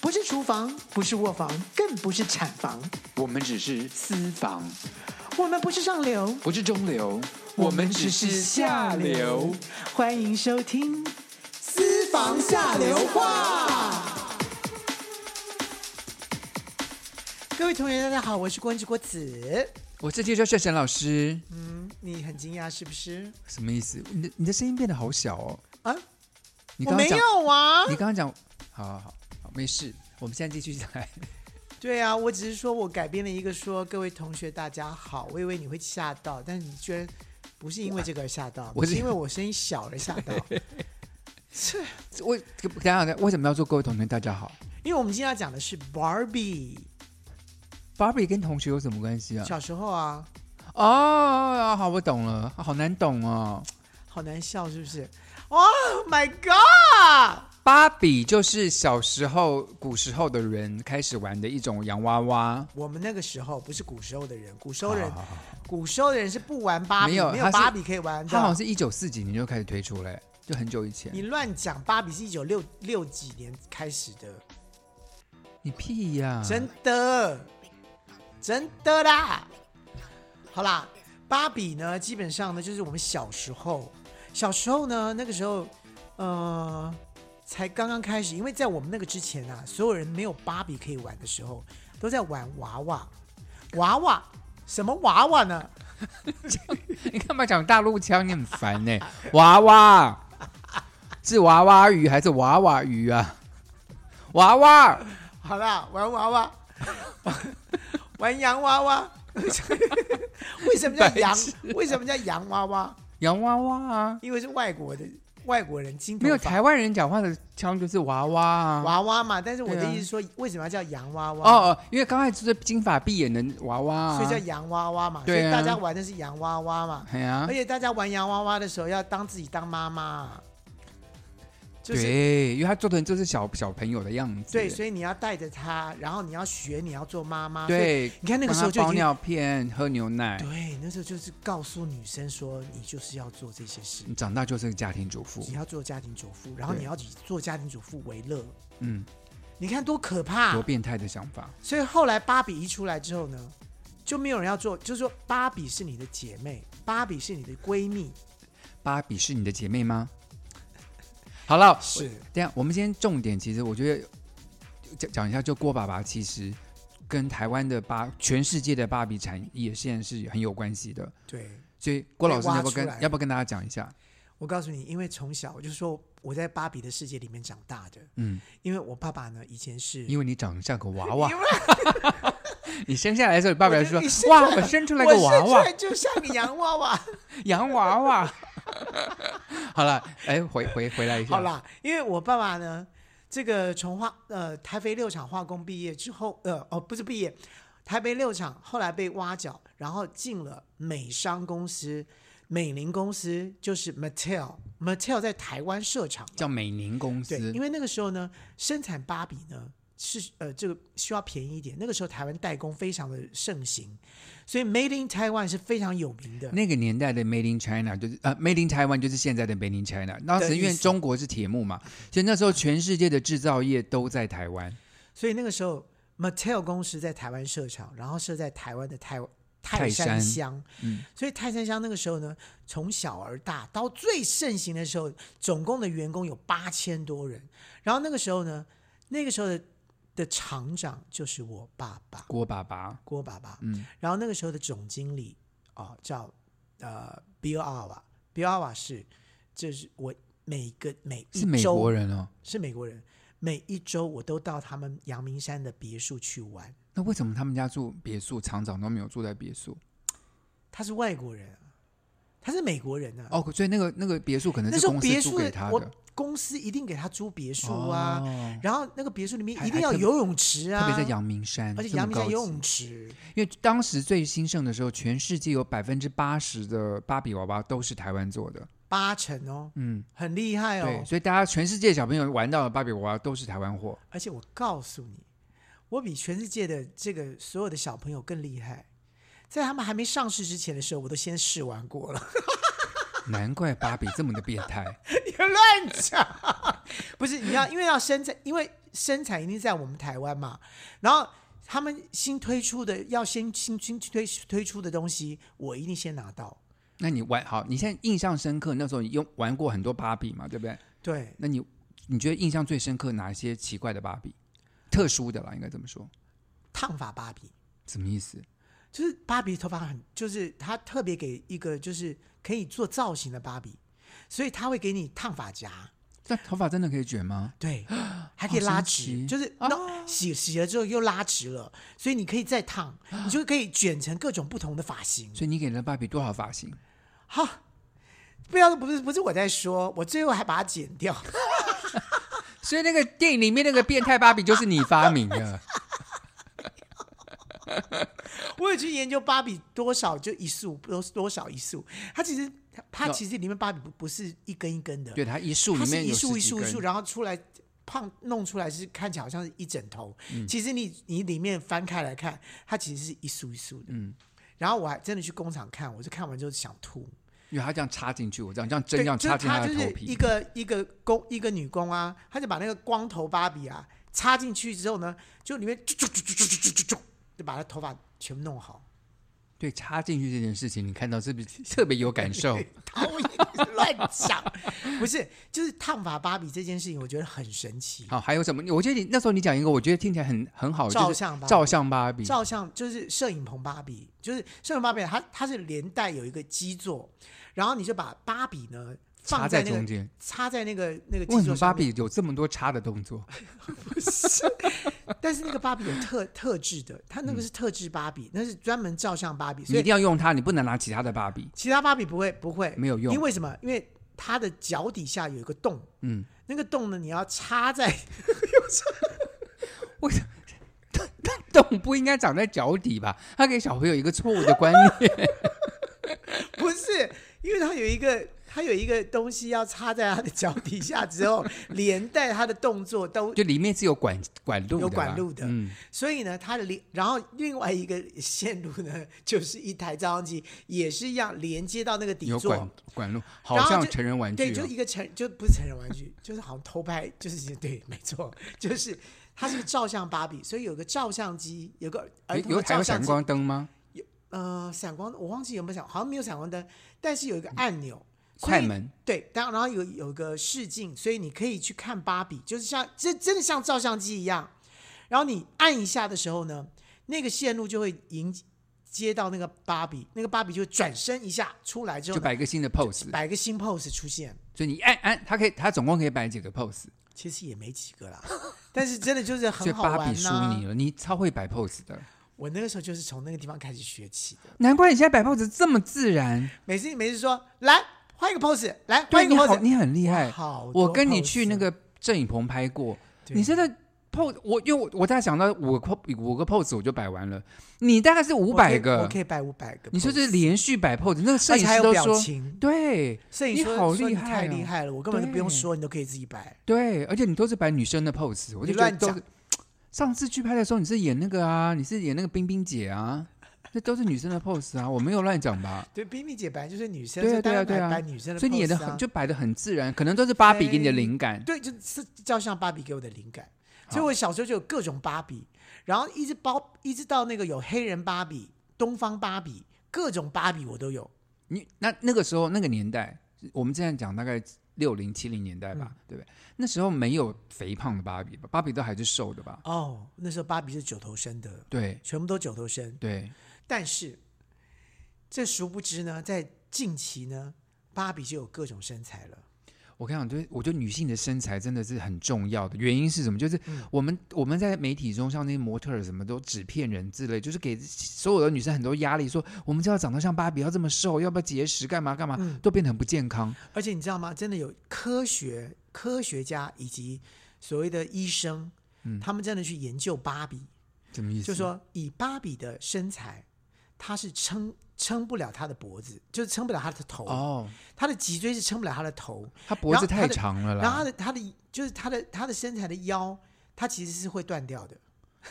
不是厨房，不是卧房，更不是产房，我们只是私房，我们不是上流，不是中流，我们只是下流。。欢迎收听《私房下流话》。各位同学，大家好，我是关之郭子。我是 DJ 帅沈老师，嗯，你很惊讶是不是？什么意思？你的你的声音变得好小哦。啊，你我刚刚没讲，有啊你。刚刚讲，好好好好，没事。我们现在继续来。对啊，我只是说我改编了一个说各位同学大家好，我以为你会吓到，但是你居然不是因为这个而吓到，我你是是因为我声音小而吓到。是，为等一下等一下为什么要做各位同学大家好因为我们今天要讲的是 Barbie， ？Barbie 跟同学有什么关系啊？小时候啊，哦，好，我懂了，好难懂哦。好难笑是不是？Oh my god！芭比就是小时候、古时候的人开始玩的一种洋娃娃，我们那个时候不是古时候的人，古时候人好好，古时候的人是不玩芭比，没有没他有是芭比可以玩它好像的。啊是一九四几年就开始推出了，就很久以前。你乱讲，芭比是一九六六几年开始的。你屁呀、真的，真的啦。好啦，芭比呢，基本上呢，就是我们小时候，小时候呢，那个时候，呃，才刚刚开始，因为在我们那个之前啊，所有人没有芭比可以玩的时候，都在玩娃娃，娃娃。什么娃娃呢？ 你干嘛讲大陆腔？你很烦 呢、娃娃是娃娃鱼还是娃娃鱼啊？娃娃好啦，玩娃娃， 玩洋娃娃。 为什么叫洋？为什么叫洋娃娃？洋娃娃啊，因为是外国的外国人金头没有发台湾人讲话的腔就是娃娃啊。娃娃嘛，但是我的对啊意思说，为什么要叫洋娃娃？哦哦，因为刚才就是金发碧眼的娃娃、啊，所以叫洋娃娃嘛，所对啊以大家玩的是洋娃娃嘛。哎呀、而且大家玩洋娃娃的时候，要当自己当妈妈，就是对，因为他做成就是小小朋友的样子，对，所以你要带着他，然后你要学，你要做妈妈。所以对，你看那个时候帮他就包已经尿片、喝牛奶，对，那时候就是告诉女生说，你就是要做这些事，你长大就是个家庭主妇你。要做家庭主妇，然后嗯对你要以做家庭主妇为乐。嗯，你看多可怕！啊多变态的想法。所以后来芭比一出来之后呢，就没有人要做，就是说芭比是你的姐妹，芭比是你的闺蜜，芭比是你的姐妹吗？ 好了，是等一下我们今天重点，其实我觉得讲讲一下，就郭爸爸其实跟台湾的芭，全世界的芭比产业现在是很有关系的。对。所以郭老师，被你挖要不要出来跟要不要跟大家讲一下？我告诉你，因为从小我就说我在芭比的世界里面长大的，嗯，因为我爸爸呢以前是，因为你长得像 个娃娃因，你生下来的时候，你爸爸就说 我就一生：“哇，我生出来我个生娃出娃来，就像个洋娃娃。洋娃娃。” 好了，哎，回回回来一下。好啦，因为我爸爸呢，这个从化呃台北六厂化工毕业之后，呃哦不是毕业，台北六厂后来被挖角，然后进了美商公司。美林公司就是 Mattel，Mattel 在台湾设厂了，叫美宁公司对，，因为那个时候呢，生产芭比呢是呃这个需要便宜一点。那个时候台湾代工非常的盛行，所以 Made in Taiwan 是非常有名的。那个年代的 Made in China 就是呃 Made in Taiwan 就是现在的 Made in China。当时因为中国是铁幕嘛，所以那时候全世界的制造业都在台湾。所以那个时候 Mattel 公司在台湾设厂，然后设在台湾的泰泰泰山山乡。嗯，所以泰山乡那个时候呢，从小而大到最盛行的时候，总共的员工有八千多人。然后那个时候呢，那个时候的的厂长就是我爸爸。郭爸爸，郭爸爸，嗯，然后那个时候的总经理啊、叫呃 Bill Awa，Bill Awa 是这是我每个每一周是美国人哦。是美国人，每一周我都到他们阳明山的别墅去玩。那为什么他们家住别墅，厂长都没有住在别墅？他是外国人啊，他是美国人啊。哦，所以那个那个别墅可能那是时候公司别租墅给他我的。公司一定给他租别墅啊，哦，然后那个别墅里面还一定要还特别游泳池啊，特别在阳明山，而且这么阳明山高级游泳池。因为当时最兴盛的时候，全世界有百分之八十的芭比娃娃都是台湾做的。八成哦，嗯，很厉害对，哦。所以大家全世界小朋友玩到的芭比娃娃都是台湾货。而且我告诉你，我比全世界的这个所有的小朋友更厉害。在他们还没上市之前的时候，我都先试玩过了。难怪芭比这么的变态。 你乱讲，不是你要因为要生产，因为生产一定在我们台湾嘛。然后他们新推出的要先新新推推出的东西，我一定先拿到。那你玩好，你现在印象深刻，那时候你用玩过很多芭比嘛，对不对？对，那你你觉得印象最深刻哪一些奇怪的芭比？特殊的啦，应该这么说，烫发芭比什么意思？就是芭比头发很，就是他特别给一个就是可以做造型的芭比，所以他会给你烫发夹。那头发真的可以卷吗？ 对，还可以拉神奇直，就是那洗洗了之后又拉直了，所以你可以再烫，你就可以卷成各种不同的发型。所以你给了芭比多少发型？哈，不要不是不是我在说，我最后还把它剪 掉。所以那个电影里面那个变态芭比就是你发 明的，我有去研究芭比多少就一束多多少一束，它其实它其实里面芭比不不是一根一根的，对，它一束它里是面一有十束一几束一束，根，然后出来胖弄出来是看起来好像是一整头，嗯其实你你里面翻开来看，它其实是一束一束的。嗯然后我还真的去工厂看，我就看完之后想吐。因为它这样插进去，我这样这样针对，这样就是插进它她就的头是一皮，个一个工一个女工啊，她就把那个光头芭比啊插进去之后呢，就里面啾啾啾啾啾啾啾啾，就把她头发全部弄好。对，插进去这件事情，你看到是不是特别有感受？ 讨厌，乱讲，不是，就是烫发芭比这件事情，我觉得很神奇。好，还有什么？我觉得你那时候你讲一个，我觉得听起来很很好，照就是相芭比照相芭比，照相就是摄影棚芭比，就是摄影棚芭比，它它是连带有一个基座，然后你就把芭比呢插放在那中个间。插在那个那个为基什座么芭上面。比有这么多插的 动作？但是那个芭比有特特制的，它那个是特制芭比，那是专门照相芭比，嗯你所一以定要用它，你不能拿其他的芭比，其他芭比不会不会没有用 因。为什么？因为它的脚底下有一个洞，嗯，那个洞呢，你要插在洞不应该长在脚底吧？他给小朋友一个错误的观念。 不是，因为它有一个，它有一个东西要插在它的脚底下之后，连带它的动作都，就里面是有管管路的啦，有管路的嗯，所以呢，它的连，然后另外一个线路呢，就是一台照相机，也是一样连接到那个底有管座，管路，好然后像就成人玩具、对，哦。就一个成，就不是成人玩具，就是好像偷拍，就是对，没错，就是它是个照相芭比，所以有个照相机，有个儿诶童有的还照有相闪机，光灯吗？呃，闪光，我忘记有没有闪，好像没有闪光灯，但是有一个按钮，所以嗯快门，对，当然后有有个试镜，所以你可以去看芭比，就是像这真的像照相机一样。然后你按一下的时候呢，那个线路就会迎接到那个芭比，那个芭比就转身一下出来之后就呢，摆一个新的 pose，摆个新 pose 出现，所以你按按，它可以，它总共可以摆几个 pose，其实也没几个啦， 但是真的就是所以很好芭比玩输呐、你了，你超会摆 pose 的，我那个时候就是从那个地方开始学起的，难怪你现在摆 pose 这么自然，每次每次说来换一个 pose，来换对一个你好， pose，你很厉害。好多我跟你去 pose 那个摄影棚拍过，对你真的 pose，我因为我我大概想到五个 pose，五个 pose 我就摆完了，你大概是五我可百以我个可，以摆五百个 pose，你说这是连续摆 pose，那个摄而影且还师有都表说，情。对摄影你说好说厉你害太哦厉害了，我根本就不用对说，你都可以自己摆。对，而且你都是摆女生的 pose，我你就觉得乱都讲是。上次去拍的时候，你是演那个啊，你是演那个冰冰姐啊，这都是女生的 pose 啊，我没有乱讲吧？对，冰冰姐本来就是女生，对啊所以当然对啊对啊摆摆女生的 pose 啊，所以你演的很就摆的很自然，可能都是芭比给你的灵感。对，就是照相芭比给我的灵感。好所以我小时候就有各种芭比，然后一直包一直到那个有黑人芭比、东方芭比，各种芭比我都有。你那那个时候那个年代，我们之前讲大概六零七零年代吧，嗯对不对？那时候没有肥胖的芭比吧，芭比都还是瘦的吧？哦，那时候芭比是九头身的，对全部都九头身。对，但是这殊不知呢，在近期呢，芭比就有各种身材了。我跟你讲，就是我觉得女性的身材真的是很重要的，原因是什么？就是嗯我们、我们在媒体中像那些模特儿什么都纸片人之类，就是给所有的女生很多压力，说我们就要长得像芭比，要这么瘦，要不要节食，干嘛干嘛，嗯都变得很不健康。而且你知道吗？真的有科学科学家以及所谓的医生，他们真的去研究芭比，什么意思？就说以芭比的身材，她是撑撑不了她的脖子，就是撑不了她的头，哦，她的脊椎是撑不了她的头，她脖子然后她太的长了然后她啦。的她的就是她的她的身材的腰，她其实是会断掉的。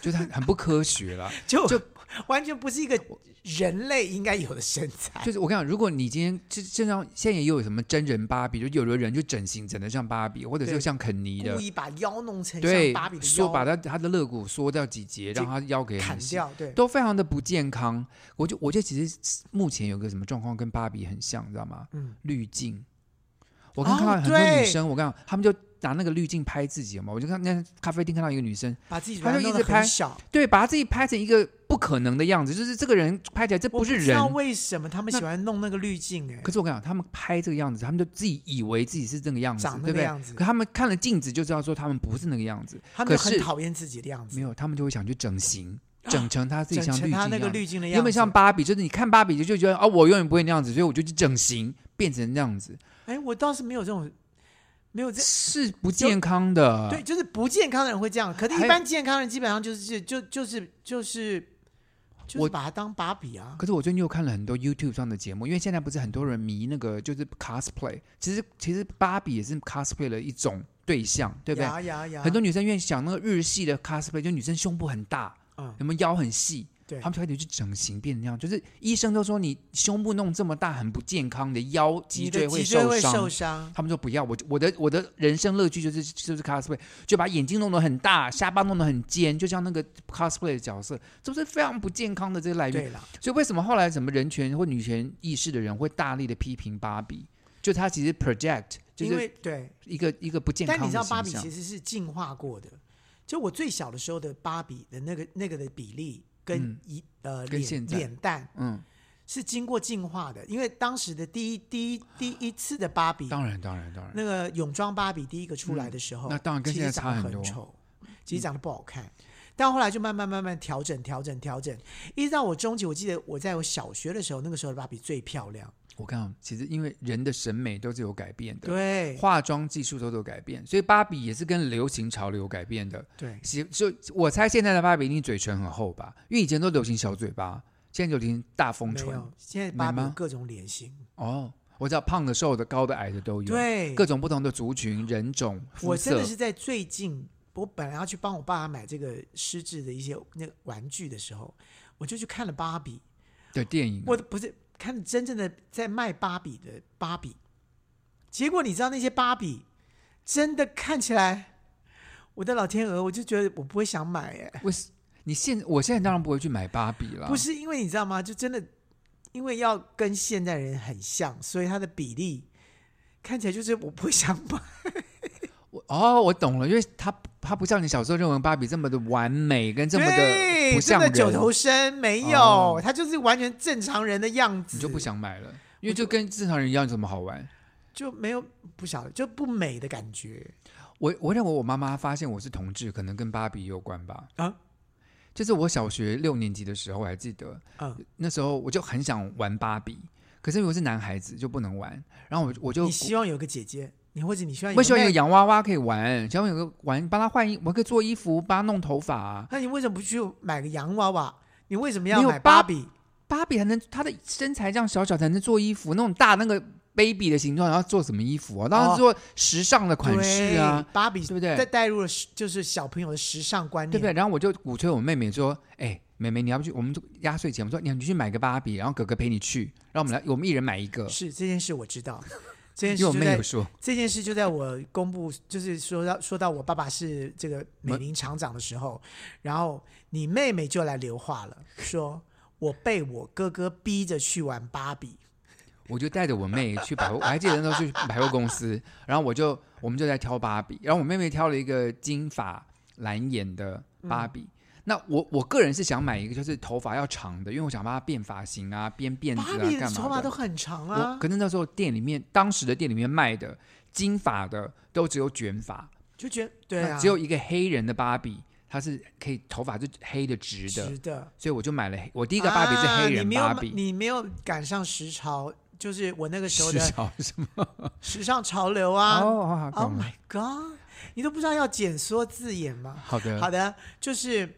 就是很很不科学了。就就完全不是一个人类应该有的身材。就是我跟你讲，如果你今天就就像现在也有什么真人芭比，就有的人就整形整的像芭比，或者对是像肯尼的故，意把腰弄成像对芭比，的缩腰，把他他的肋骨缩掉几节，就让他腰给砍很细掉，对，都非常的不健康。我就我觉得其实目前有个什么状况跟芭比很像，你知道吗？嗯滤镜。我刚哦看到很多女对生，我刚她们就拿那个滤镜拍自己，有吗？我就看那咖啡厅看到一个女生，把自己他就软弄一得直很拍小。对，把她自己拍成一个不可能的样子，就是这个人拍起来这我不是知人道。为什么他们那喜欢弄那个滤镜、欸，可是我跟你讲，他们拍这个样子，他们就自己以为自己是这个样子长，那个对不对？样子可他们看了镜子就知道说他们不是那个样子，他们就可很是讨厌自己的样没子，有，他们就会想去整形，整成他自己啊整像滤成镜一他那个样。滤镜的样原子。本像芭比，就是你看芭比就就觉得哦，我永远不会那样子，所以我就去整形变成那样子，哎，我倒是没有这种，没有这是不健康的。对，，就是不健康的人会这样，可是，还一般健康的人基本上就是就就是就是就是我把它当芭比啊。可是我最近又看了很多 YouTube 上的节目，因为现在不是很多人迷那个就是 cosplay，其实其实芭比也是 cosplay 的一种对象，对不对？呀呀呀！很多女生愿意想那个日系的 cosplay，就女生胸部很大，嗯有没有腰很细，对她们就开始去整形变成那样。就是医生都说你胸部弄这么大很不健康，你的腰你脊的椎脊会椎受会伤。受伤，他们说不要，我就我的我的人生乐趣就是就是 cosplay，就把眼睛弄得很大，下巴弄得很尖，就像那个 cosplay 的角色，这不是非常不健康的这个来源。对了，所以为什么后来什么人权或女权意识的人会大力的批评芭比？就她其实 project 就因是为对，一个一个不健康但的你形知道芭象。比其实是进化过的，就我最小的时候的芭比的那个那个的比例跟嗯一、呃跟脸现在脸蛋嗯，是经过进化的，因为当时的第一第一第一次的芭比，当然当然当嗯然，那个泳装芭比第一个出来的时候，嗯那当然跟其实现在长得差很多嗯丑，其实长得不好看。但后来就慢慢慢慢调整调整调整，一直到我中期，我记得我在我小学的时候，那个时候的芭比最漂亮。我看到其实因为人的审美都是有改变的，对化妆技术都有改变，所以芭比也是跟流行潮流改变的。对，其就我猜现在的芭比一定嘴唇很厚吧，因为以前都流行小嘴巴，现在就流行大丰没唇。有。现在芭比美有吗各种脸型，哦，我知道胖的、瘦的、高的、矮的都有，，对，各种不同的族群、人种、肤我真色的。是在最近，我本来要去帮我爸爸买这个失智的一些那个玩具的时候，我就去看了芭比，的电影啊，我不是看真正的在卖芭比的芭比，结果你知道那些芭比真的看起来，我的老天鹅，我就觉得我不会想买哎、我是你现我现在当然不会去买芭比了，不是因为你知道吗？就真的因为要跟现代人很像，所以它的比例看起来就是我不会想买。我哦，我懂了，因为他他不像你小时候认为芭比这么的完美跟这么的对不真像的人，九头身没有，哦它就是完全正常人的样子，你就不想买了，因为就跟正常人一样，有什么好玩？就没有不晓得就不美的感觉。我我认为我妈妈发现我是同志，可能跟芭比有关吧。啊啊，就是我小学六年级的时候，我还记得，嗯，那时候我就很想玩芭比，可是因为我是男孩子就不能玩。然后我我就你希望有个姐姐，你或者你希望有我喜欢妹有个洋娃娃可以玩，想要有个玩，帮她换衣，我可以做衣服，帮她弄头发、啊。那你为什么不去买个洋娃娃？你为什么要没有买芭芭比？芭比还能她的身材这样小小才能做衣服，那种大那个 baby 的形状，然后做什么衣服啊？当然做时尚的款式啊。对，芭比对不对带带入了时就是小朋友的时尚观念，对不对？然后我就鼓吹我妹妹说：“哎、妹妹，你要不去？我们就压岁钱，我们说你你去买个芭比，然后哥哥陪你去，然后我们来，我们一人买一个。是这件事我知道，这件因事为我就妹在有说，这件事就在我公布，就是说到说到我爸爸是这个美林厂长的时候，然后你妹妹就来留话了，说我被我哥哥逼着去玩芭比，我就带着我妹去百货，我还记得那时候去百货公司，然后我就我们就在挑芭比，然后我妹妹挑了一个金发蓝眼的嗯芭比。那我我个人是想买一个，就是头发要长的，因为我想帮她变发型啊，编辫子芭啊，比的干头发嘛都很长我啊，可是那时候店里面，当时的店里面卖的金发的都只有卷发，就觉得对那啊，只有一个黑人的芭比，她是可以头发是黑的直的，值得。所以我就买了黑。我第一个芭比是黑啊你人芭没有比，你没有赶上时潮，就是我那个时候 是的少什么？时尚潮流哦，啊。好好 oh 懂了 my god，你都不知道要简缩字眼吗？好的，好的，就是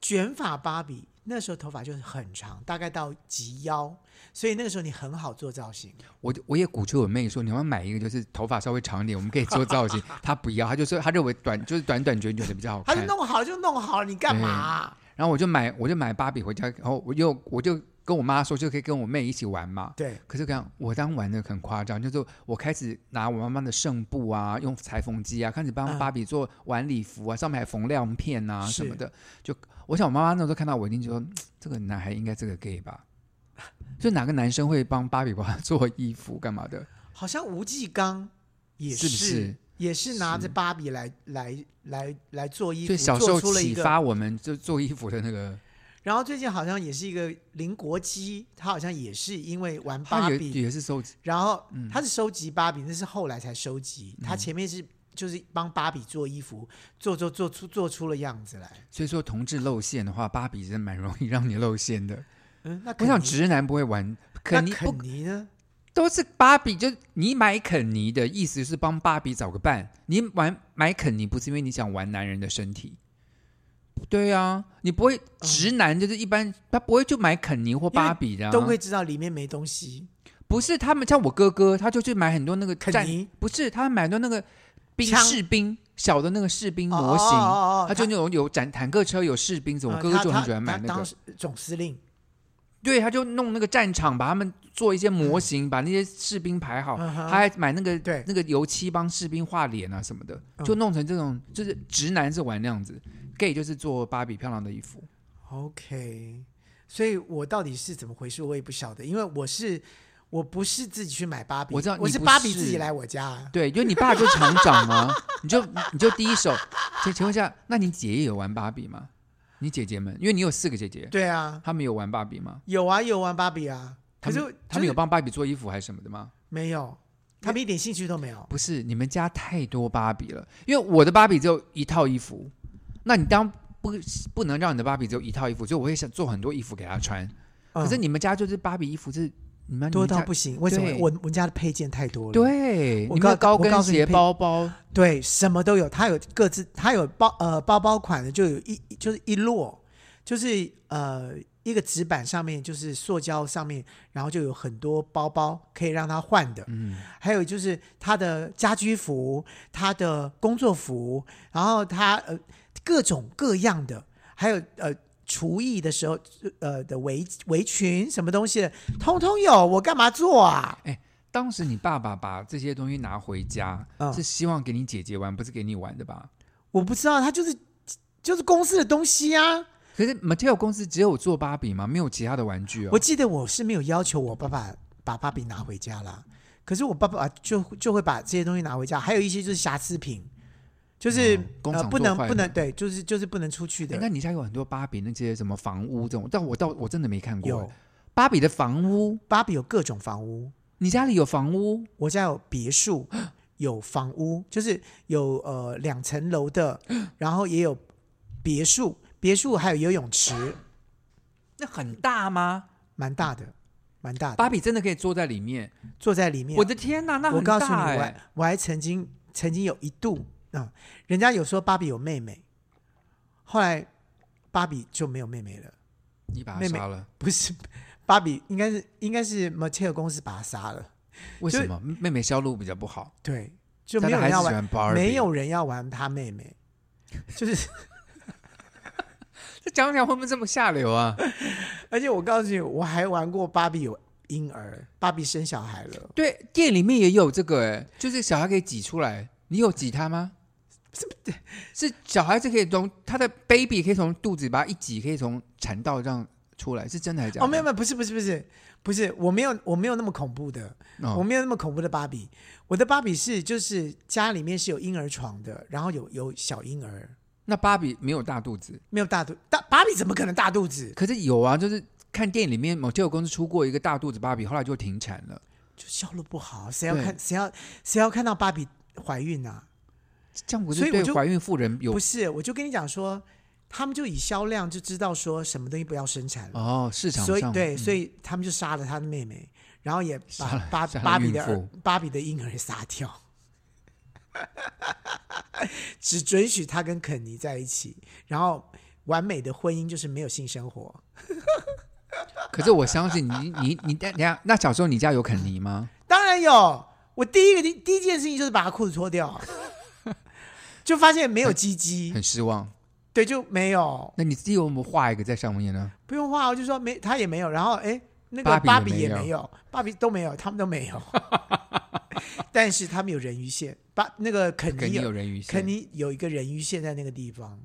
卷发芭比，那时候头发就是很长，大概到及腰，所以那个时候你很好做造型。我我也鼓吹我妹说，你要不要买一个，就是头发稍微长一点，我们可以做造型。她不要，她就说她认为短就是短短卷卷的比较好他就看。弄好了就弄好了，你干嘛、然后我就买我就买芭比回家，然后我就我就跟我妈说，就可以跟我妹一起玩嘛。对，可是刚我当玩的很夸张，就是我开始拿我妈妈的剩布啊，用裁缝机啊，开始帮嗯芭比做晚礼服啊，上面还缝亮片啊是什么的。就我想我妈妈那时候看到我，一定就说嗯这个男孩应该这个 gay 吧。就哪个男生会帮芭比帮她做衣服干嘛的？好像吴继刚也是不是？也是拿着是芭比来来来来做衣所服，以小时候做出了一启个发我们就做衣服的那个，然后最近好像也是一个林国基，他好像也是因为玩芭他也比，也是收集然后嗯他是收集芭比，那是后来才收集，他前面是就是帮芭比做衣服，做做做出做出了样子来。所以说同志露馅的话，芭比真的蛮容易让你露馅的。嗯，那 我肯想尼，直男不会玩，肯那定不肯尼呢？都是芭比，就是你买肯尼的意思是帮芭比找个伴。你玩买肯尼不是因为你想玩男人的身体，对啊，你不会直男就是一般、他不会就买肯尼或芭比的、啊，嗯都会知道里面没东西。不是他们像我哥哥，他就去买很多那个肯战尼不是他买很多那个兵枪士兵小的那个士兵模型，哦哦哦哦嗯他就那种有展坦克车有士兵什么，我哥哥就很喜欢买他那当个，时总司令，对，他就弄那个战场，把他们做一些模型，把那些士兵排好，嗯哼他还买那个对那个油漆帮士兵画脸啊什么的，嗯就弄成这种，就是直男是玩那样子，gay 就是做芭比漂亮的衣服， OK，所以我到底是怎么回事，我也不晓得，因为我是我不是自己去买芭比，我知道我你是不芭比是自己来我家。对，因为你爸就厂长啊， 你就你就第一手，请请问一下，那你姐也有玩芭比吗？你姐姐们，因为你有四个姐姐，对啊，她们有玩芭比吗？有啊有玩芭比啊，可她是们我她们有帮芭比做衣服还是什么的吗？没有，他们一点兴趣都没有。不是，你们家太多芭比了，因为我的芭比只有一套衣服，那你当不不能让你的芭比只有一套衣服，所以我会想做很多衣服给她穿。可是嗯你们家就是芭比衣服是你们多到你们不行，为什么？对我我们家的配件太多了。家对，我你们告的高我告跟诉你鞋、配包包，对，什么都有，它有各自，它有包呃包包款的就有一就是一摞，就是呃一个纸板上面就是塑胶上面，然后就有很多包包可以让它换的，嗯，还有就是它的家居服、它的工作服，然后它呃各种各样的，还有呃。厨艺的时候，呃的围围裙什么东西的，通通有，我干嘛做啊？当时你爸爸把这些东西拿回家，嗯是希望给你姐姐玩，不是给你玩的吧？我不知道，它就是就是公司的东西啊。可是 Mattel 公司只有做芭比吗？没有其他的玩具哦我。记得我是没有要求我爸爸把芭比拿回家啦，可是我爸爸就就会把这些东西拿回家，还有一些就是瑕疵品，就是、嗯工呃厂不做能坏不的能对，就是就是不能出去诶的。那你家有很多芭比那些什么房屋这种，但我到我真的没看过有诶芭比的房屋。芭比有各种房屋，你家里有房屋？我家有别 墅，有房屋，就是有呃两层楼 的，然后也有别墅，别墅还有游泳池，那很大吗？蛮大的，蛮大的，芭比真的可以坐在里面？坐在里面。我的天哪，那我很告诉你，大我哎、还我还曾经曾经有一度啊、嗯人家有说芭比有妹妹，后来芭比就没有妹妹了， 你把它妹妹杀了？不是芭比应该是应该是 Mattel 公司把她杀了，为什么？妹妹销路比较不好，对，就大没有人家还是要玩，喜欢芭比。没，有人要玩她妹妹，就是 这讲讲会不会这么下流啊？而且我告诉你，我还玩过芭比有婴儿，芭比生小孩了， 对，店里面也有这个哎、就是小孩可以挤出来，你有挤他吗？是是小孩子可以从他的 baby 可以从肚子把它一挤，可以从产道这样出来，是真的还是假的？哦，没有没有，不是不是不是不是，我没有我没有那么恐怖的。哦我没有那么恐怖的芭比，我的芭比是就是家里面是有婴儿床的，然后有有小婴儿，那芭比没有大肚子，没有大肚大芭比怎么可能大肚子？可是有啊，就是看电影里面某这个公司出过一个大肚子芭比，后来就停产了。就销路不好，谁要对看谁要谁要看到芭比怀孕啊？这样不所是以我对就怀孕妇人有不是，我就跟你讲说，他们就以销量就知道说什么东西不要生产了，哦，市场所以上对，嗯所以他们就杀了他的妹妹，然后也杀把了芭杀了芭比的孕妇儿芭比的婴儿杀掉。只准许他跟肯尼在一起，然后完美的婚姻就是没有性生活。可是我相信你，你你等等下，那小时候你家有肯尼吗？当然有，我第一个第第一件事情就是把他裤子脱掉， 就发现没有鸡鸡，很失望。对，就没有，那你自己有没有画一个在上面呢？不用画，我就说没，他也没有，然后哎，那个芭比也芭比也没有没有，芭比都没有，他们都没有，但是他们有人鱼线，芭那个肯肯尼尼有有人鱼线。肯尼有一个人鱼线在那个地方。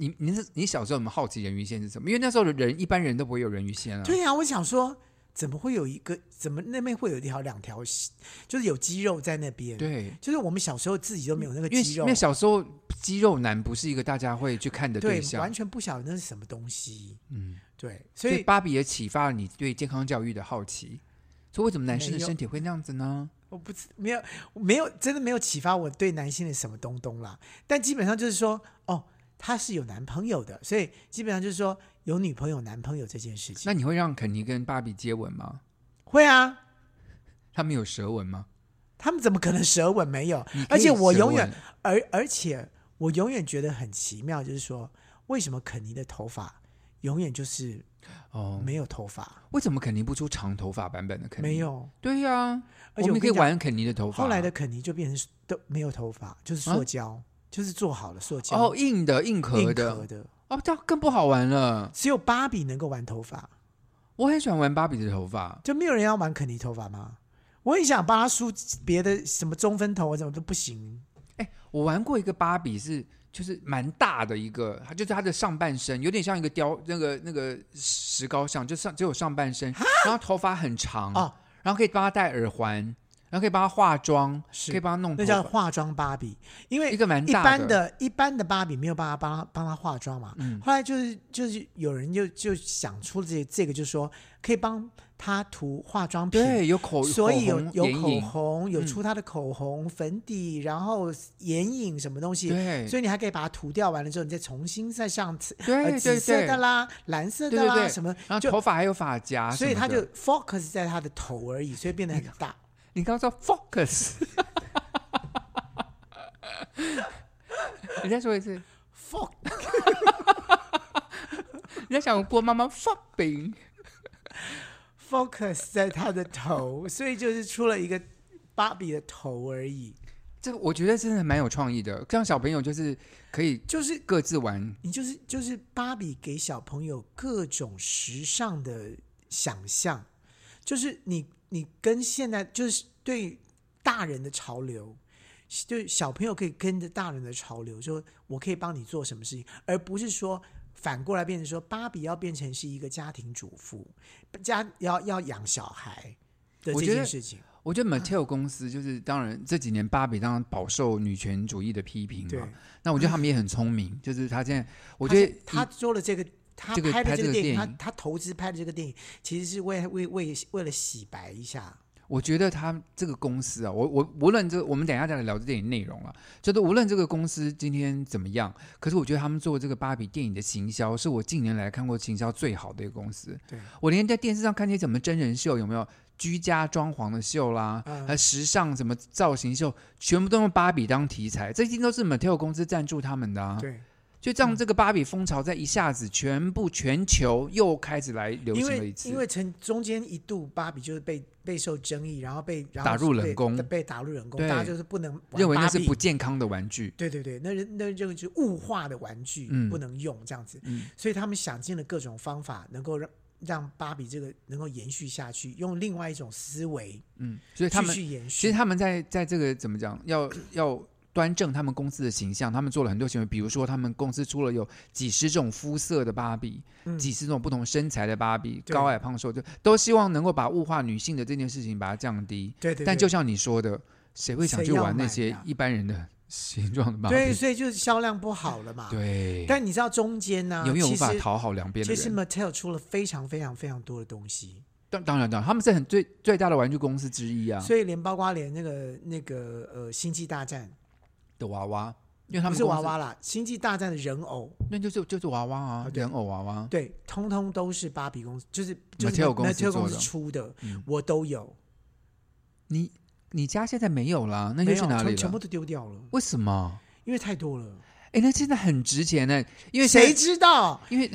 你你是你小时候有没有好奇人鱼线是什么？因为那时候的人一般人都不会有人鱼线啊。对呀、我想说，怎么会有一个，怎么那边会有一条两条，就是有肌肉在那边。，对，就是我们小时候自己都没有那个因为肌因肉为，小时候肌肉男不是一个大家会去看的对，象完。全不晓得那是什么东西。嗯，对，所所以以芭比也启发了你对健康教育的好奇。所以为什么男生的没有身体会那样子呢？我不知没有没有真的没有启发我对男性的什么东东啦。但基本上就是说，哦，他是有男朋友的，所以基本上就是说有女朋友、男朋友这件事情。那你会让肯尼跟芭比接吻吗？会啊，他们有舌吻吗？他们怎么可能舌吻没有？你可而以且我舌永远吻，而而且我永远觉得很奇妙，就是说，为什么肯尼的头发永远就是哦，没有头发，为什么肯尼不出长头发版本的肯尼？没，有？对呀、而我且我们也可跟以你讲，玩肯尼的头发。后来的肯尼就变成都没有头发，就是塑啊胶，就是做好了塑胶哦，硬的硬硬壳壳的的，哦，这样更不好玩了。只有芭比能够玩头发，我很喜欢玩芭比的头发，就没有人要玩肯尼头发吗？我很想帮他梳别的什么中分头啊，怎么都不行。我玩过一个芭比是，就是蛮大的一个，它就是它的上半身有点像一个雕那个那个石膏像，就上只有上半身，然后头发很长，哦然后可以帮她戴耳环，然后可以帮她化妆，是可以帮她弄那头叫发，化妆芭比，因为一个蛮一大般的、一般的芭比没有办法帮她帮她化妆嘛。嗯后来就是就是有人就就想出这这个，就是说可以帮她涂化妆品，对，有口所以有口红有眼口影，红，有嗯出她的口红、粉底，然后眼影什么东西。对，所以你还可以把它涂掉，完了之后你再重新再上紫呃对紫对色对的，啦、蓝色的对对啦对什么，然后就头发还有发夹什所么的，以它就 focus 在她的头而已，所以变得很哎大。你刚刚说 focus，你再说一次。 focus 你在想郭妈妈 fuck 饼？ focus 在他的头，所以就是出了一个芭比的头而已。这我觉得真的蛮有创意的，让小朋友就是可以就是各自玩。你就是就是芭比给小朋友各种时尚的想象，就是你你跟现在就是对大人的潮流。就是小朋友可以跟着大人的潮流，说我可以帮你做什么事情，而不是说反过来变成说芭比要变成是一个家庭主妇，家要要养小孩的我这觉件得事情。我觉得 Mattel 公司就是，当然这几年芭比当然饱受女权主义的批评对嘛。，那我觉得他们也很聪明，就是他现在，我他觉是得他以做了这个，他这个拍的拍这个这个电影，电他影他投资拍的这个电影，其实是为为为为了洗白一下。我觉得他这个公司啊，我我无论这我们等一下再来聊这电影内容了，就是无论这个公司今天怎么样，可是我觉得他们做这个芭比电影的行销，是我近年来看过行销最好的一个公司。对，我连在电视上看见什么真人秀有没有居家装潢的秀啦，嗯还有时尚什么造型秀，全部都用芭比当题材，这一定都是 Mattel 公司赞助他们的啊。对，就这样，这个芭比风潮在一下子全部全球又开始来流因行了一为次。因为曾中间一度芭比就是被备受争议，然后被然后打入被冷宫被打入冷宫，对大家就是不能玩认为那芭是比不健康的玩具。对对对，那人那这个就是物化的玩具，嗯不能用这样子，嗯所以他们想尽了各种方法，能够让让芭比这个能够延续下去，用另外一种思维嗯，所以他继们续延其续。实他们在在这个怎么讲，要要端正他们公司的形象，他们做了很多行为，比如说他们公司出了有几十种肤色的芭比，嗯几十种不同身材的芭比，对高矮胖瘦，就都希望能够把物化女性的这件事情把它降低。对对对，但就像你说的，谁会想谁去要玩那买些呀一般人的形状的芭对，比？所以就是销量不好了嘛。对，但你知道中间呢、永远无其法实讨好两边的其实人。 Mattel 出了非常非常非常多的东西，当当然，当然，他们是很最最大的玩具公司之一啊所以连包括连那个那个呃《星际大战的娃娃，因为》他不们是公娃司，娃啦，《星际大战》的人偶那就是就是娃娃啊啊，对人偶娃娃。对，通通都是芭比公司，就是就是 Mattel 公司 Mattel 做公的司出的，嗯我都有，你你家现在没有啦？那没就去有哪里全了？全部都丢掉了，为什么？因为太多了。哎，那真的很值钱呢，因为现在谁知道？因为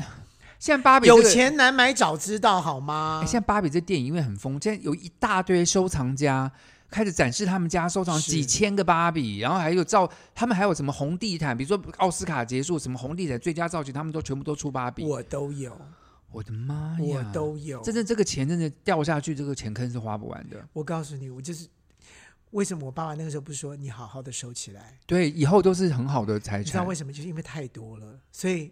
现在芭比、这个、有钱难买早知道好吗哎，？现在芭比这电影因为很疯，现在有一大堆收藏家开始展示他们家收藏是几千个芭比，然后还有造，他们还有什么红地毯，比如说奥斯卡结束什么红地毯最佳造型，他们都全部都出芭比。我我都有，的妈呀！我都有。真的这个钱真的掉下去，这个钱坑是花不完的。我告诉你，我就是为什么我爸爸那个时候不说你好好的收起来？对，以后都是很好的财你知道产为。什么？就是因为太多了，所以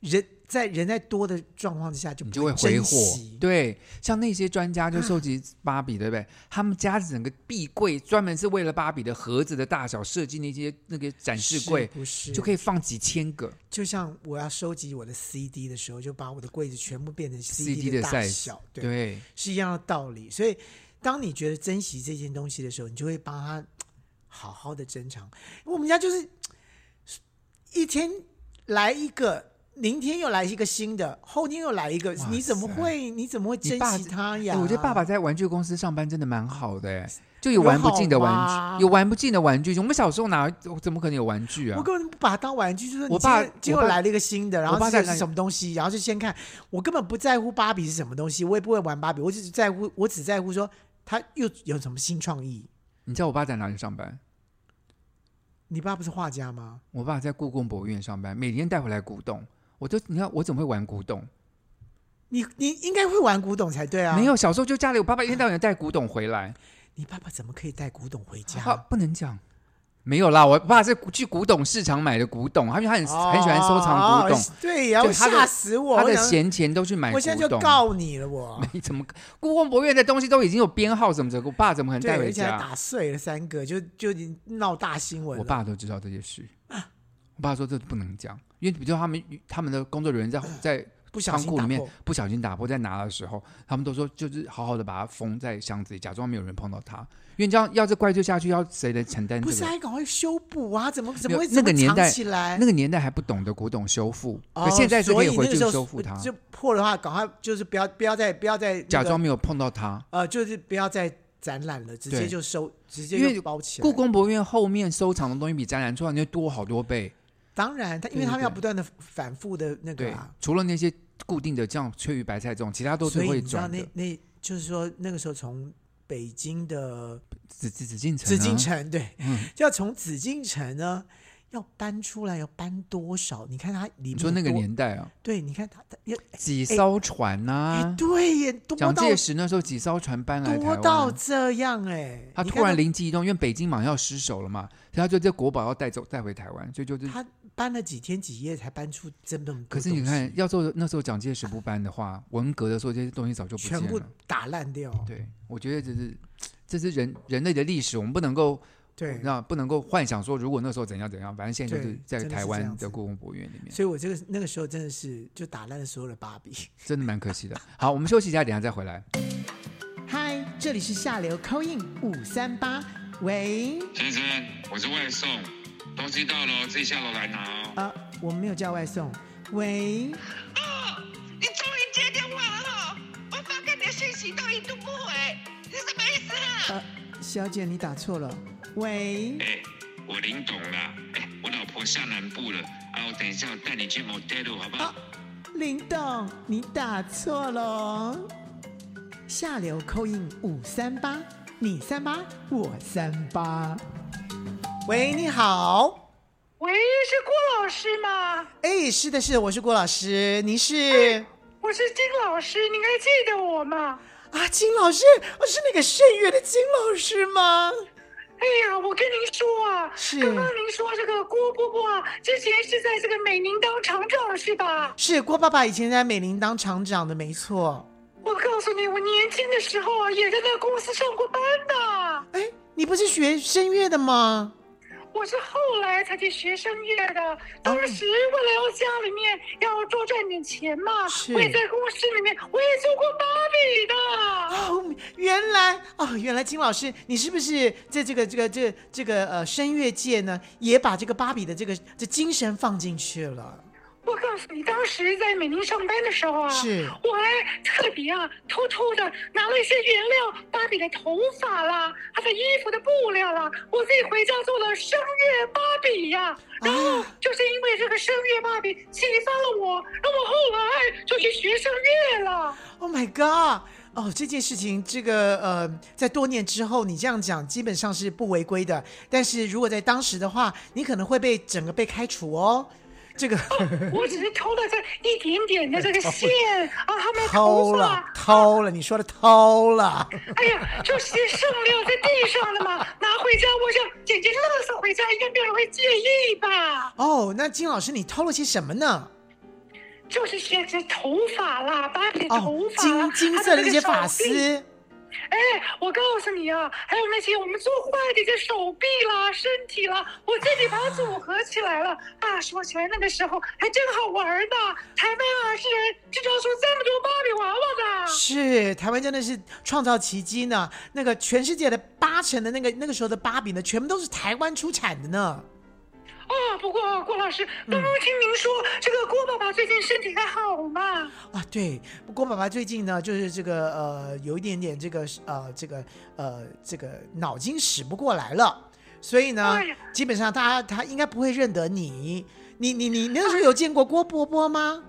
人在人在多的状况之下就你不就会挥珍霍惜，啊对，像那些专家就收集芭比，对不对？他们家整个壁柜专门是为了芭比的盒子的大小设计，那些那个展示柜是不是就可以放几千个。就像我要收集我的 CD 的时候，就把我的柜子全部变成 CD 的大 size，小，对，对，是一样的道理。所以，当你觉得珍惜这件东西的时候，你就会帮它好好的珍藏。我们家就是一天来一个，明天又来一个新的，后天又来一个哇，你怎么塞会你怎么会珍爸惜它呀？哎我觉得爸爸在玩具公司上班真的蛮好的、哎，就有玩不尽的有好玩吗具，有玩不尽的玩具。我们小时候哪怎么可能有玩具啊我？根本不把它当玩具，就是我爸结我果爸来了一个新的，然后我爸这在个看是什么东西，然后就先看，我根本不在乎芭比是什么东西，我也不会玩芭比，我只在乎，我只在乎说他又有什么新创意。你知道我爸在哪里上班？你爸不是画家吗？我爸在故宫博物院上班，每天带回来古董。我都你看我怎么会玩古董？你你应该会玩古董才对啊！没，有，小时候就家里我爸爸一天到晚带古董回来。你爸爸怎么可以带古董回家？啊，不能讲。没有啦，我爸是去古董市场买的古董，他因为他很、很喜欢收藏古哦董，，对呀，就我他的吓死我！他我的想闲钱都去买古我董。现在就告你了，我 没怎么，故宫博物院的东西都已经有编号，怎么着？我爸怎么可能对，带而回且还家？打碎了三个，就就已经闹大新闻我了。爸都知道这些事。我爸说这不能讲，因为比如说他们他们的工作人员在在不小仓心库打里面破，不小心打破，在拿的时候，他们都说就是好好的把它封在箱子里，假装没有人碰到它，因为这样要是怪罪下去，要谁来承担这不个？是还赶快修补啊？怎么怎没有么会那个怎么年藏代起来？那个年代还不懂得古董修复，哦可现在是可所回那个去时候修复它，就破的话，赶快就是不要不要再不要再、那个假装没有碰到它。呃，就是不要再展览了，直接对就收，直接因为就包起来。故宫博物院后面收藏的东西比展览出来就多好多倍，当然，他因为对他们要对不断的反复的那个对啊，，除了那些固定的像翠玉白菜这种，其他都是所以会你知道转那的。那就是说那个时候从北京的紫紫紫禁城、啊，紫禁，城，对，嗯，就要从紫禁城呢要搬出来，要搬多少？你看它里面你说那个多，年代啊，对，你看它它要几艘船哎、呐、对耶，多啊蒋到介石那时候几艘船搬嗯来台多到湾。这样哎，他你突看然灵机一动，因为北京马上要失守了嘛，所以他就这国宝要带走带回台湾，所以就是。他搬了几天几夜才搬出这么多东西，可是你看，要做那时候蒋介石不搬的话，文革的时候这些东西早就不见全了。部打烂掉，对，我觉得这是这是人人类的历史，我们不能够对，让不能够幻想说如果那时候怎样怎样，反正现在就是对在真的是台这湾样的子故宫博物院里面，所以我这个那个时候真的是就打烂了所有的芭比。真的蛮可惜的。好，我们休息一下，等一下再 回来。嗨，这里是下流 c in 五三八，喂，先生，我是外送，东西到了哦自己下楼来拿哦。呃，我们没有叫外送，喂，哦，你终于接电话了哈、我发给你的信息都一度不回，你哎什么意思啊？呃，小姐你打错了，喂，哎、我林董啦，哎、我老婆下南部了，啊，我等一下我带你去 motel 好不好？啊，林董你打错了哦，下流 c in 五三八，你三八我三八，喂，你好，喂，是郭老师吗？哎，是的是的，我是郭老师，您是？我是金老师，你还记得我吗？啊，金老师，哦，是那个圣乐的金老师吗？哎呀，我跟您说啊，是刚刚您说这个郭伯伯啊，之前是在这个美宁当厂长是吧？是郭爸爸以前在美林当厂长的，没错。我告诉你，我年轻的时候啊，也在那个公司上过班的，哎，你不是学声乐的吗？我是后来才去学声乐哦的。当时为了要家里面要多赚点钱嘛，是我也在公司里面，我也做过芭比的。哦，原来哦，原来金老师，你是不是在这个这个这个这个呃声乐界呢，也把这个芭比的这个这精神放进去了？我告诉你，当时在美林上班的时候啊，是我还特别啊，偷偷的拿了一些原料，芭比的头发啦，她的衣服的布料啦，我自己回家做了声乐芭比呀、然后就是因为这个声乐芭比启发了我，让我后来就去学声乐了。 Oh my god！哦，这件事情，这个呃，在多年之后，你这样讲基本上是不违规的。但是如果在当时的话，你可能会被整个被开除哦。这个我只是偷了这一点点的这个线啊，他们的偷头了 发，，偷了，你说的偷了。哎呀，这些剩料在地上的嘛，拿回家我想捡捡垃圾回家，应该没有人会介意吧？哦，那金老师，你偷了些什么呢？就是些这头发啦，把你的哦头，发金啦、金色的那些发还有那个手臂。丝。哎，我告诉你啊，还有那些我们做坏的一些手臂啦、身体啦，我自己把它组合起来了。啊，说起来那个时候还真好玩儿呢。台湾啊，是人制造出这么多芭比娃娃的。是台湾真的是创造奇迹呢。那个全世界的八成的那个那个时候的芭比呢，全部都是台湾出产的呢。啊，不过郭老师，嗯刚刚听您说、这个郭爸爸最近身体还好吗？啊，对，不过爸爸最近呢，就是这个呃，有一点点这个呃，这个呃，这个脑筋使不过来了，所以呢，哎呀基本上他他应该不会认得你。你你你那时候有见过郭伯伯吗？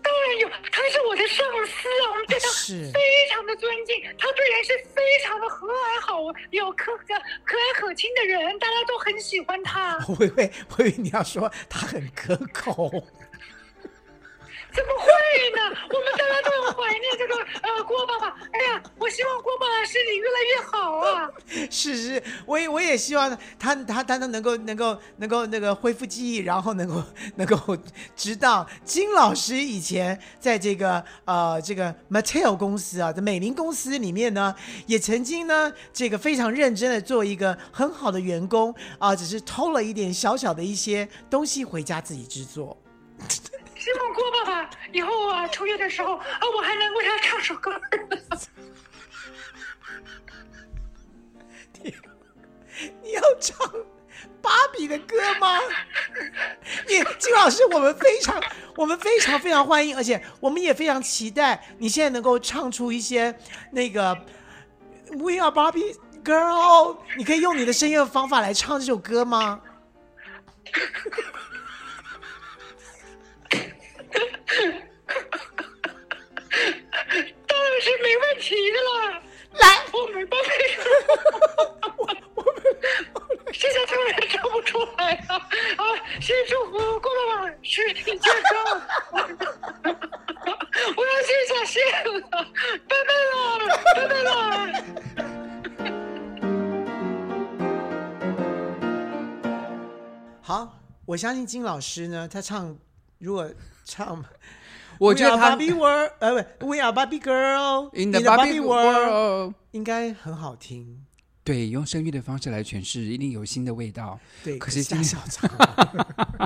当然有，他是我的上司啊，我们对他是非常的尊敬，他对人是非常的和蔼好，有可可可蔼可亲的人，大家都很喜欢他。 我以为我以为你要说他很可口。怎么会呢？ 我们大家都很怀念这个呃郭爸爸。哎呀，我希望郭爸爸身体越来越好啊！ 是是，我也我也希望他他他能够能够能够那个恢复记忆，然后能够能够知道金老师以前在这个呃这个 Mattel 公司啊，在美林公司里面呢，也曾经呢这个非常认真的做一个很好的员工啊、只是偷了一点小小的一些东西回家自己制作。希望郭爸爸以后啊出院的时候啊，我还能为他唱首歌。你要唱芭比的歌吗？ 你金老师，我们非常、我们非常、非常欢迎，而且我们也非常期待你现在能够唱出一些那个 We Are Barbie Girl。你可以用你的声音的方法来唱这首歌吗？当然是没问题的了。来，我没办法，我我们现在突然唱不出来了啊！先祝福郭老板身体健康， 我要去下线了，拜拜了，拜拜了。好，我相信金老师呢，他唱如果唱。我觉得 We are 他 Barbie World，呃，不，We are Barbie Girl In the the Barbie Barbie World， world，应该很好听。对，用声乐的方式来诠释，一定有新的味道。对，可惜今加天小唱。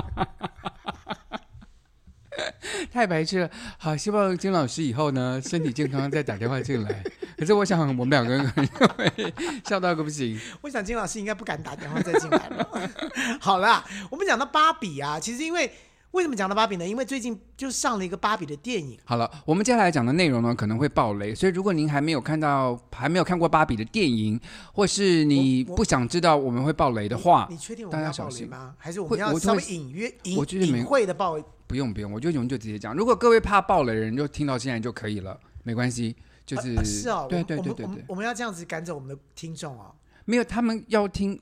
太白痴了。好，希望金老师以后呢身体健康，再打电话进来。 可是我想我们两个人可能会 笑到个不行。我想金老师应该不敢打电话再进来了。 好啦，我们讲到芭比啊，其实因为为什么讲到芭比呢？因为最近就上了一个芭比的电影，好了，我们接下来讲的内容呢可能会爆雷，所以如果您还没有看到、还没有看过芭比的电影，或是你不想知道我们会爆雷的话你，确定我啊大们家要小爆雷心吗？还是我会们要我就稍会微隐约、隐我觉得没隐晦的爆？啊不用不用，我觉得我们就直接讲。如果各位怕爆雷的人，就听到现在就可以了，没关系。就是、啊是哦，我呃对们我对对对们我们对，我们要这样子赶走我们的听众哦。没有他们要听，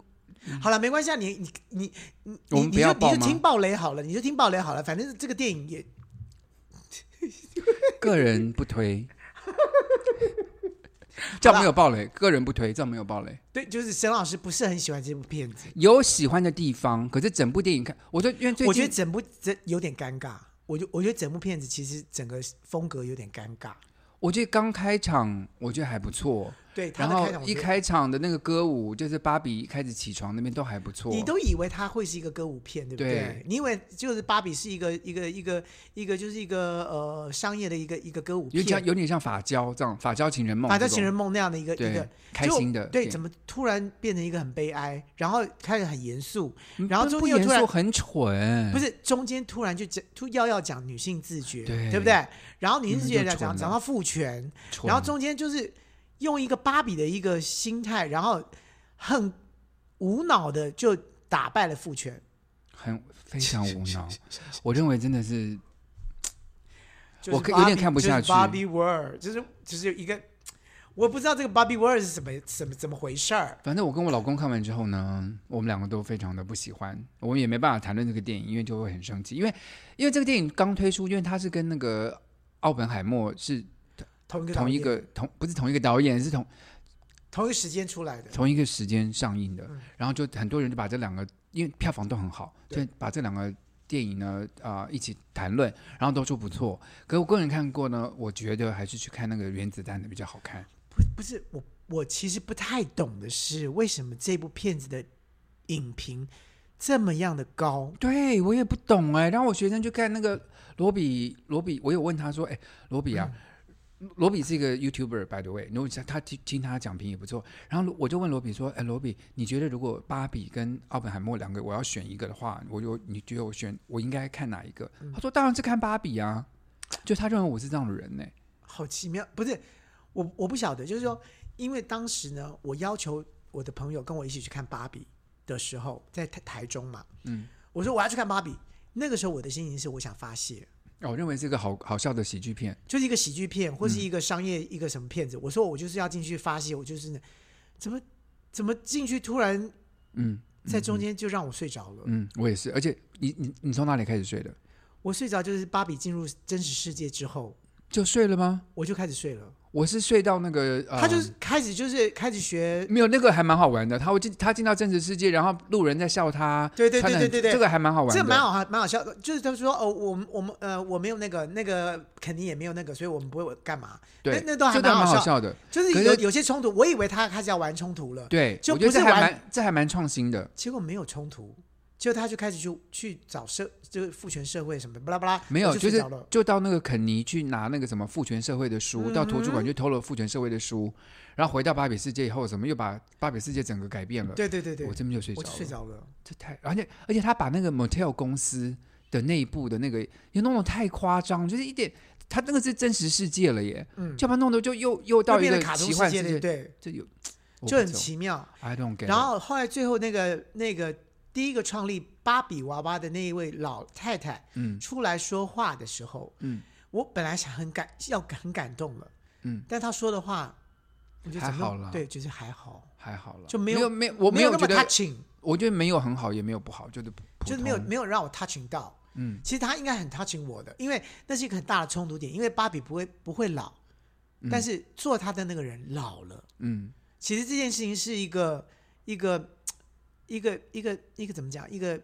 好了，没关系，啊，你你你你嗯我你们你不要就爆你就吗听爆雷好了，你就听爆雷好了，反正这个电影也个人 不推。这样没有爆雷，个人不推，这样没有爆雷。对，就是沈老师不是很喜欢这部片子，有喜欢的地方，可是整部电影看，我就因为最近我觉得整部整有点尴尬，我就我觉得整部片子其实整个风格有点尴尬。我觉得刚开场我觉得还不错，对，他然的后开场一是，开场的那个歌舞，就是芭比一开始起床那边都还不错。你都以为他会是一个歌舞片，对不对？对你以为就是芭比是一个一个一个一个就是一个呃商业的一个一个歌舞有点像片，有点像法交这样，法交情人梦这法种，在情人梦那样的一个一对个开心的，就对，怎么突然变成一个很悲哀，然后开始很严肃，嗯然后不中不间又严突然肃很蠢，不是中间突然就讲突要要讲女性自觉，对不对？然后女性自觉你们讲就讲蠢讲了到父权，蠢，然后中间就是用一个芭比的一个心态，然后很无脑的就打败了父权，很非常无 脑，我认为真的是就是我可 Barbie- 有点看不下去就是 Barbie World 就是就是一个，我不知道这个 Barbie World 是什么怎么怎么回事儿。反正我跟我老公看完之后呢，我们两个都非常的不喜欢，我们也没办法谈论这个电影，因为就会很生气，因为因为这个电影刚推出，因为它是跟那个奥本海默是同一个导同一演个同不是同一个导演，是同同一个时间出来的，嗯同一个时间上映的，然后就很多人就把这两个，因为票房都很好，对所以把这两个电影呢啊、一起谈论，然后都说不错。可我个人看过呢，我觉得还是去看那个原子弹的比较好看。不不是我我其实不太懂的是为什么这部片子的影评这么样的高，对我也不懂哎、然后我学生去看那个罗比，罗比，我有问他说，哎，罗比嗯啊。罗比是一个 YouTuber，by the way，然后他听听他讲评也不错。然后我就问罗比说：“哎，罗比，你觉得如果芭比跟奥本海默两个，我要选一个的话，我就你觉得我选我应该看哪一个？”嗯他说：“当然是看芭比啊。”就他认为我是这样的人呢、好奇妙，不是我我不晓得，就是说，因为当时呢，我要求我的朋友跟我一起去看芭比的时候，在台台中嘛，嗯，我说我要去看芭比，那个时候我的心情是我想发泄，我哦认为是一个好好笑的喜剧片。就是一个喜剧片或是嗯一个商业一个什么片子，我说我就是要进去发泄，我就是呢怎么怎么进去突然嗯在中间就让我睡着了，嗯，我也是。而且你你你从哪里开始睡的？我睡着就是芭比进入真实世界之后，就睡了吗？我就开始睡了，我是睡到那个，呃、他就是开始就是开始学没有，那个还蛮好玩的。他会进他进到真实世界，然后路人在笑他。对对他对能对对对这个还蛮好玩的。这蛮好，蛮好笑的。就是他说哦，我们我们呃，我没有那个那个，肯定也没有那个，所以我们不会干嘛。对，那那都还这段蛮蛮好好笑笑的。就是可是有有些冲突，我以为他开始要玩冲突了，对，就我觉得不是这还玩蛮这还蛮创新的。结果没有冲突，结果他就开始去去找社，就是父权社会什么的，巴拉巴拉，没有，我就就睡是着了。嗯就到那个肯尼去拿那个什么父权社会的书，到图书馆去偷了父权社会的书，然后回到芭比世界以后，什么又把芭比世界整个改变了。对对对对，我这边就睡着我了，就睡着了。这太，而且而且他把那个 motel 公司的内部的那个也弄得太夸张，就是一点，他那个是真实世界了耶，嗯就把它弄得就又又到就一变个得卡通奇幻界的，界，对，这有我就不很懂奇妙。 ，I don't get。然，后后来最后那个那个第一个创立芭比娃娃的那一位老太太嗯出来说话的时候，嗯，我本来想很感要很感动了，嗯，但他说的话，我觉得怎么还好啦对，就是还好，还好了，就没没有没有，我没有那觉么得， touching，我觉得没有很好，也没有不好，就是普就是没有通没有让我 touching 到。嗯，其实他应该很 touching 我的，因为那是一个很大的冲突点，因为芭比不会不会老，但是做他的那个人老了。嗯，其实这件事情是一个一个一个一个一个怎么讲，一个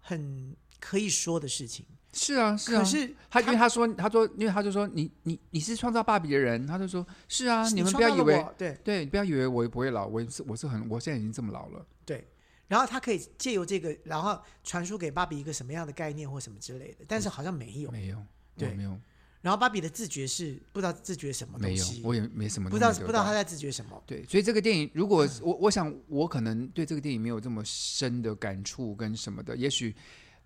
很可以说的事情。是啊是啊，可是他因为他说他说因为他就说你你你是创造芭比的人，他就说是啊，你们不创要造以了为我对对，你不要以为我也不会老，我也是我是很我现在已经这么老了。对，然后他可以借由这个，然后传输给芭比一个什么样的概念或什么之类的，但是好像没有。没有，对我没有，然后芭比的自觉是不知道自觉什么东没有西，，我也没什么不都知道没留到，不知道他嗯在自觉什么。对，所以这个电影，如果我我想，我可能对这个电影没有这么深的感触跟什么的，也许，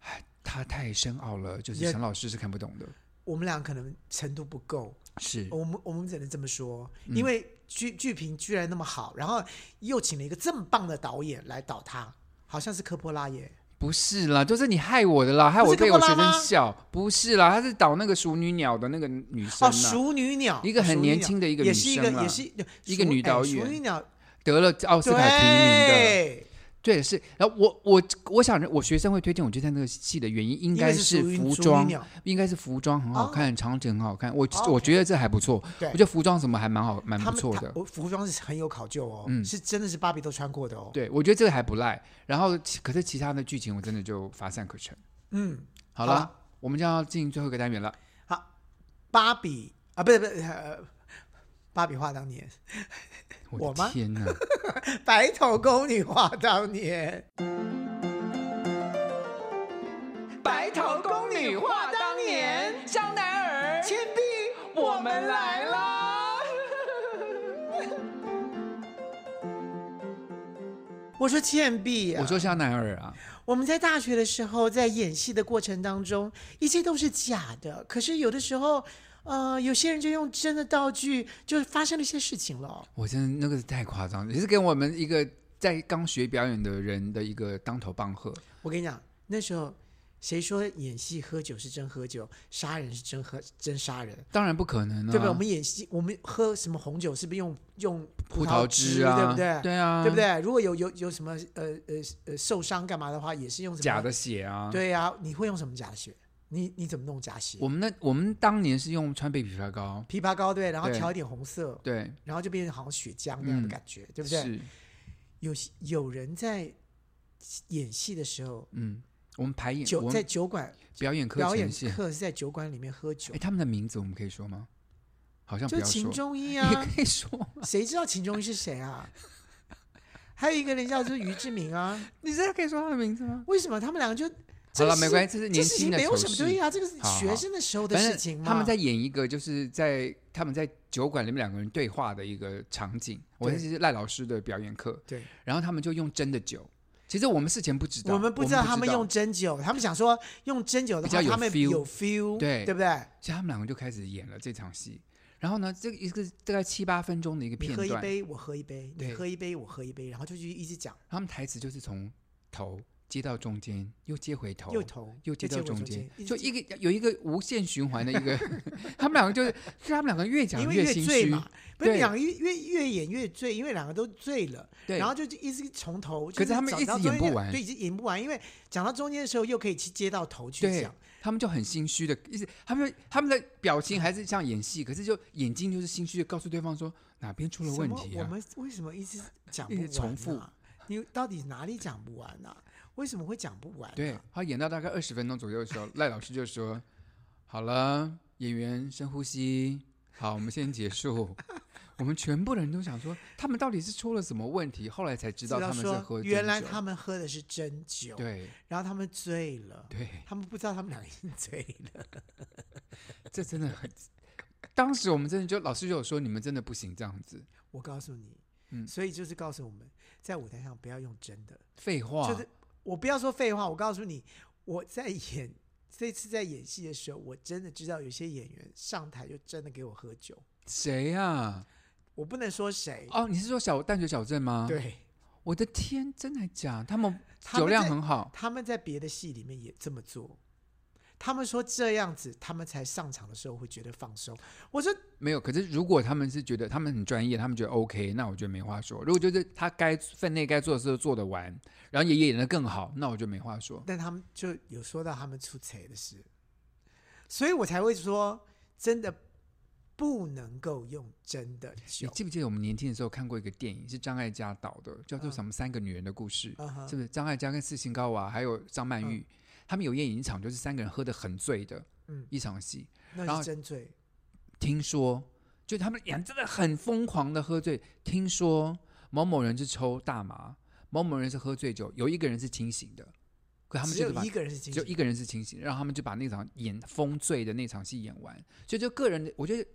唉它太深奥了，就是也陈老师是看不懂的。哦我们俩可能程度不够，是，我们我们只能这么说，嗯因为剧剧评居然那么好，然后又请了一个这么棒的导演来导他，好像是科波拉耶。不是啦，就是你害我的啦，害不我是被科我波学拉生吗笑。不是啦，他是导那个熟女鸟的那个女哦，生啊啦，熟女鸟，一个很熟女鸟年轻的一个也女是一个生啦啊也是一个熟女导哎演熟女鸟，得了奥斯卡提名的。对，对，是。然后我我我想我学生会推荐我去看这个戏的原因，应因为该是熟女服熟女装，鸟应该是服装很好哦看，场景很好看。我哦我觉得这还不错，对我觉得服装什么还蛮好，蛮他不们错他的。我服装是很有考究哦，嗯是真的是芭比都穿过的哦。对，我觉得这个还不赖。然后其，可是其他的剧情我真的就乏善可陈。嗯，好好了，啊我们就要进最后一个单元了。芭比啊，不是不是，呃芭比画当年， 我我吗的 天哪！白头宫女画当年，白头宫女画当年，香奈儿铅笔，我们来啦！ 我说倩碧、啊，我说香奈儿啊，我们在大学的时候，在演戏的过程当中，一切都是假的。可是有的时候，呃，有些人就用真的道具，就发生了一些事情了。我真的那个是太夸张了，也是给我们一个在刚学表演的人的一个当头棒喝。我跟你讲，那时候谁说演戏喝酒是真喝酒，杀人是真喝真杀人，当然不可能啊，对不对？我们演戏，我们喝什么红酒，是不是用用葡萄萄汁啊，对不对？对啊，对不？对？如果有有有什么呃呃呃受伤干嘛的话，也是用什么假的？血啊，。对呀、你会用什么假血？你你怎么弄假血？我们那我们当年是用川贝枇杷膏，枇杷膏对，然后对调一点红色，对，然后就变成好像血浆那样的感觉，对不对？嗯是，有些有人在演戏的时候，嗯，我们排演，酒我在们酒馆表演课表演呈现。课是在酒馆里面喝酒哎，，他们的名字我们可以说吗？好像不就要秦说，中医也啊，可以 说。谁知道秦中医是谁啊？ 还有一个人叫做于志明啊，你真的可以说他的名字吗？为什么他们两个就？好这个了事没关系这是年事情轻的没有丑什么事对啊，这个是好好学生的时候的反事正情嘛。他们在演一个，就是在他们在酒馆里面两个人对话的一个场景。我对那是赖老师的表演课，对，然后他们就用真的酒。其实我们事前不知道，我我们不知道他们用，针灸，他们想说用针灸的比话，较有他们 feel 有 feel，对对不对？所以他们两个就开始演了这场戏。然后呢，这个一个大概七八分钟的一个你片喝一段，杯，我喝一杯，你对喝一杯，我喝一杯，然后就去一直讲，他们台词就是从头接到中间，又接回头，又头哦又接到回中间间，，直就讲一个有一个无限循环的一个。 他们两个就是，就他们两个越讲因为越越心醉虚，嘛，不是对两个越越越演越醉，因为两个都醉了，对，然后就一直从头，就可是他们讲一直到演中不间完对，一直演不完，因为讲到中间的时候又可以去接到头去对讲，他们就很心虚的，一直他们他们的表情还是像演戏，可是就眼睛就是心虚的告诉对方说哪边出了什问么题我啊。们为什么一直讲不一完、啊？直重复，你到底哪里讲不完呢、啊为什么会讲不完、啊？对，他演到大概二十分钟左右的时候，赖老师就说：“好了，演员深呼吸，好，我们先 结束。”我们全部人都想说，他们到底是出了什么问题？后来才知知道道他们是喝说真原来酒他们喝的是真酒，，对然后他们醉了，对，他们不知道他们俩已经醉了，这真的很。 当时我们真的就老师就有说你们真的不行这样子，我告诉你，嗯所以就是告诉我们在舞台上不要用真的，废话，就是我不要说废话，我告诉你，我在演这次在演戏的时候，我真的知道有些演员上台就真的给我喝酒，谁呀、啊？我不能说谁，哦，你是说小淡水小镇吗？，对，我的天，真的假？他们他们酒量在很好，他们在别的戏里面也这么做。他们说这样子，他们才上场的时候会觉得放松。我说没有。可是如果他们是觉得他们很专业，他们觉得 OK，那我觉得没话说。如果就是他该分内该做的事都做得完，然后也演得更好，那我就没话说。但他们就有说到他们出彩的事，所以我才会说，真的不能够用真的你酒。记不记得我们年轻的时候看过一个电影，是张艾嘉导的，叫做什么《三个女人的故事》？嗯哼是不是张艾嘉跟斯琴高娃还有张曼玉，他们有演一场就是三个人喝得很醉的嗯一场戏，然那后是真醉，听说，就他们俩真的很疯狂的喝醉。听说某某人是抽大麻，某某人是喝醉酒，有一个人是清醒的，可他们只就有是把一个人是清就醒一个人是清醒，然后他们就把那场演疯醉的那场戏演完。所以就个人的，我觉得。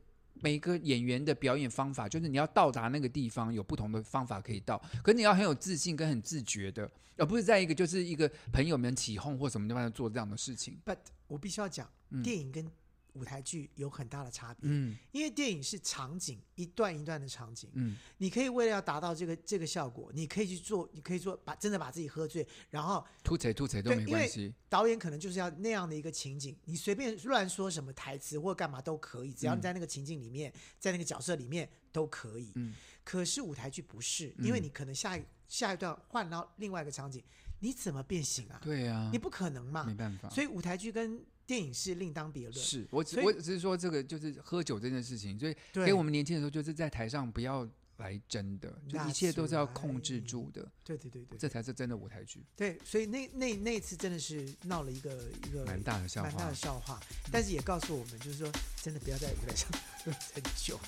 每个演员的表演方法，就是你要到达那个地方，有不同的方法可以到。可是你要很有自信跟很自觉的，而不是在一个就是一个朋友们起哄或什么地方做这样的事情。 But 我必须要讲，电影跟舞台剧有很大的差别，嗯因为电影是场景一段一段的场景，嗯，你可以为了要达到这个这个效果，你可以去做，你可以做把真的把自己喝醉，然后吐槽吐槽都对没因关为系。导演可能就是要那样的一个情景，你随便乱说什么台词或干嘛都可以，只要你在那个情境里面，在那个角色里面都可以。嗯可是舞台剧不是，因为你可能下一下一段换到另外一个场景，你怎么变形啊？对啊，你不可能嘛没。办法。所以舞台剧跟电影是另当别论。是我只所以我只是说这个就是喝酒这件事情，所以对给我们年轻的时候就是在台上不要来真的，就 That's 一切都是要控制 right 住的，对对对对这才是真的舞台剧。对，所以那那那次真的是闹了一个一个蛮大的笑话嗯 蛮大的笑话，但是也告诉我们，就是说真的不要在舞台上喝真酒。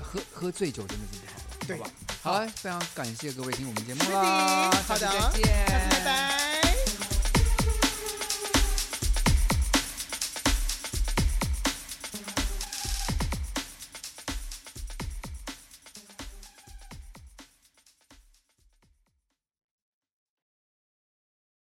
喝喝醉酒真的是不好，对好吧？好了，非常感谢各位听我们节目啦，好下次的，再见，下次拜拜。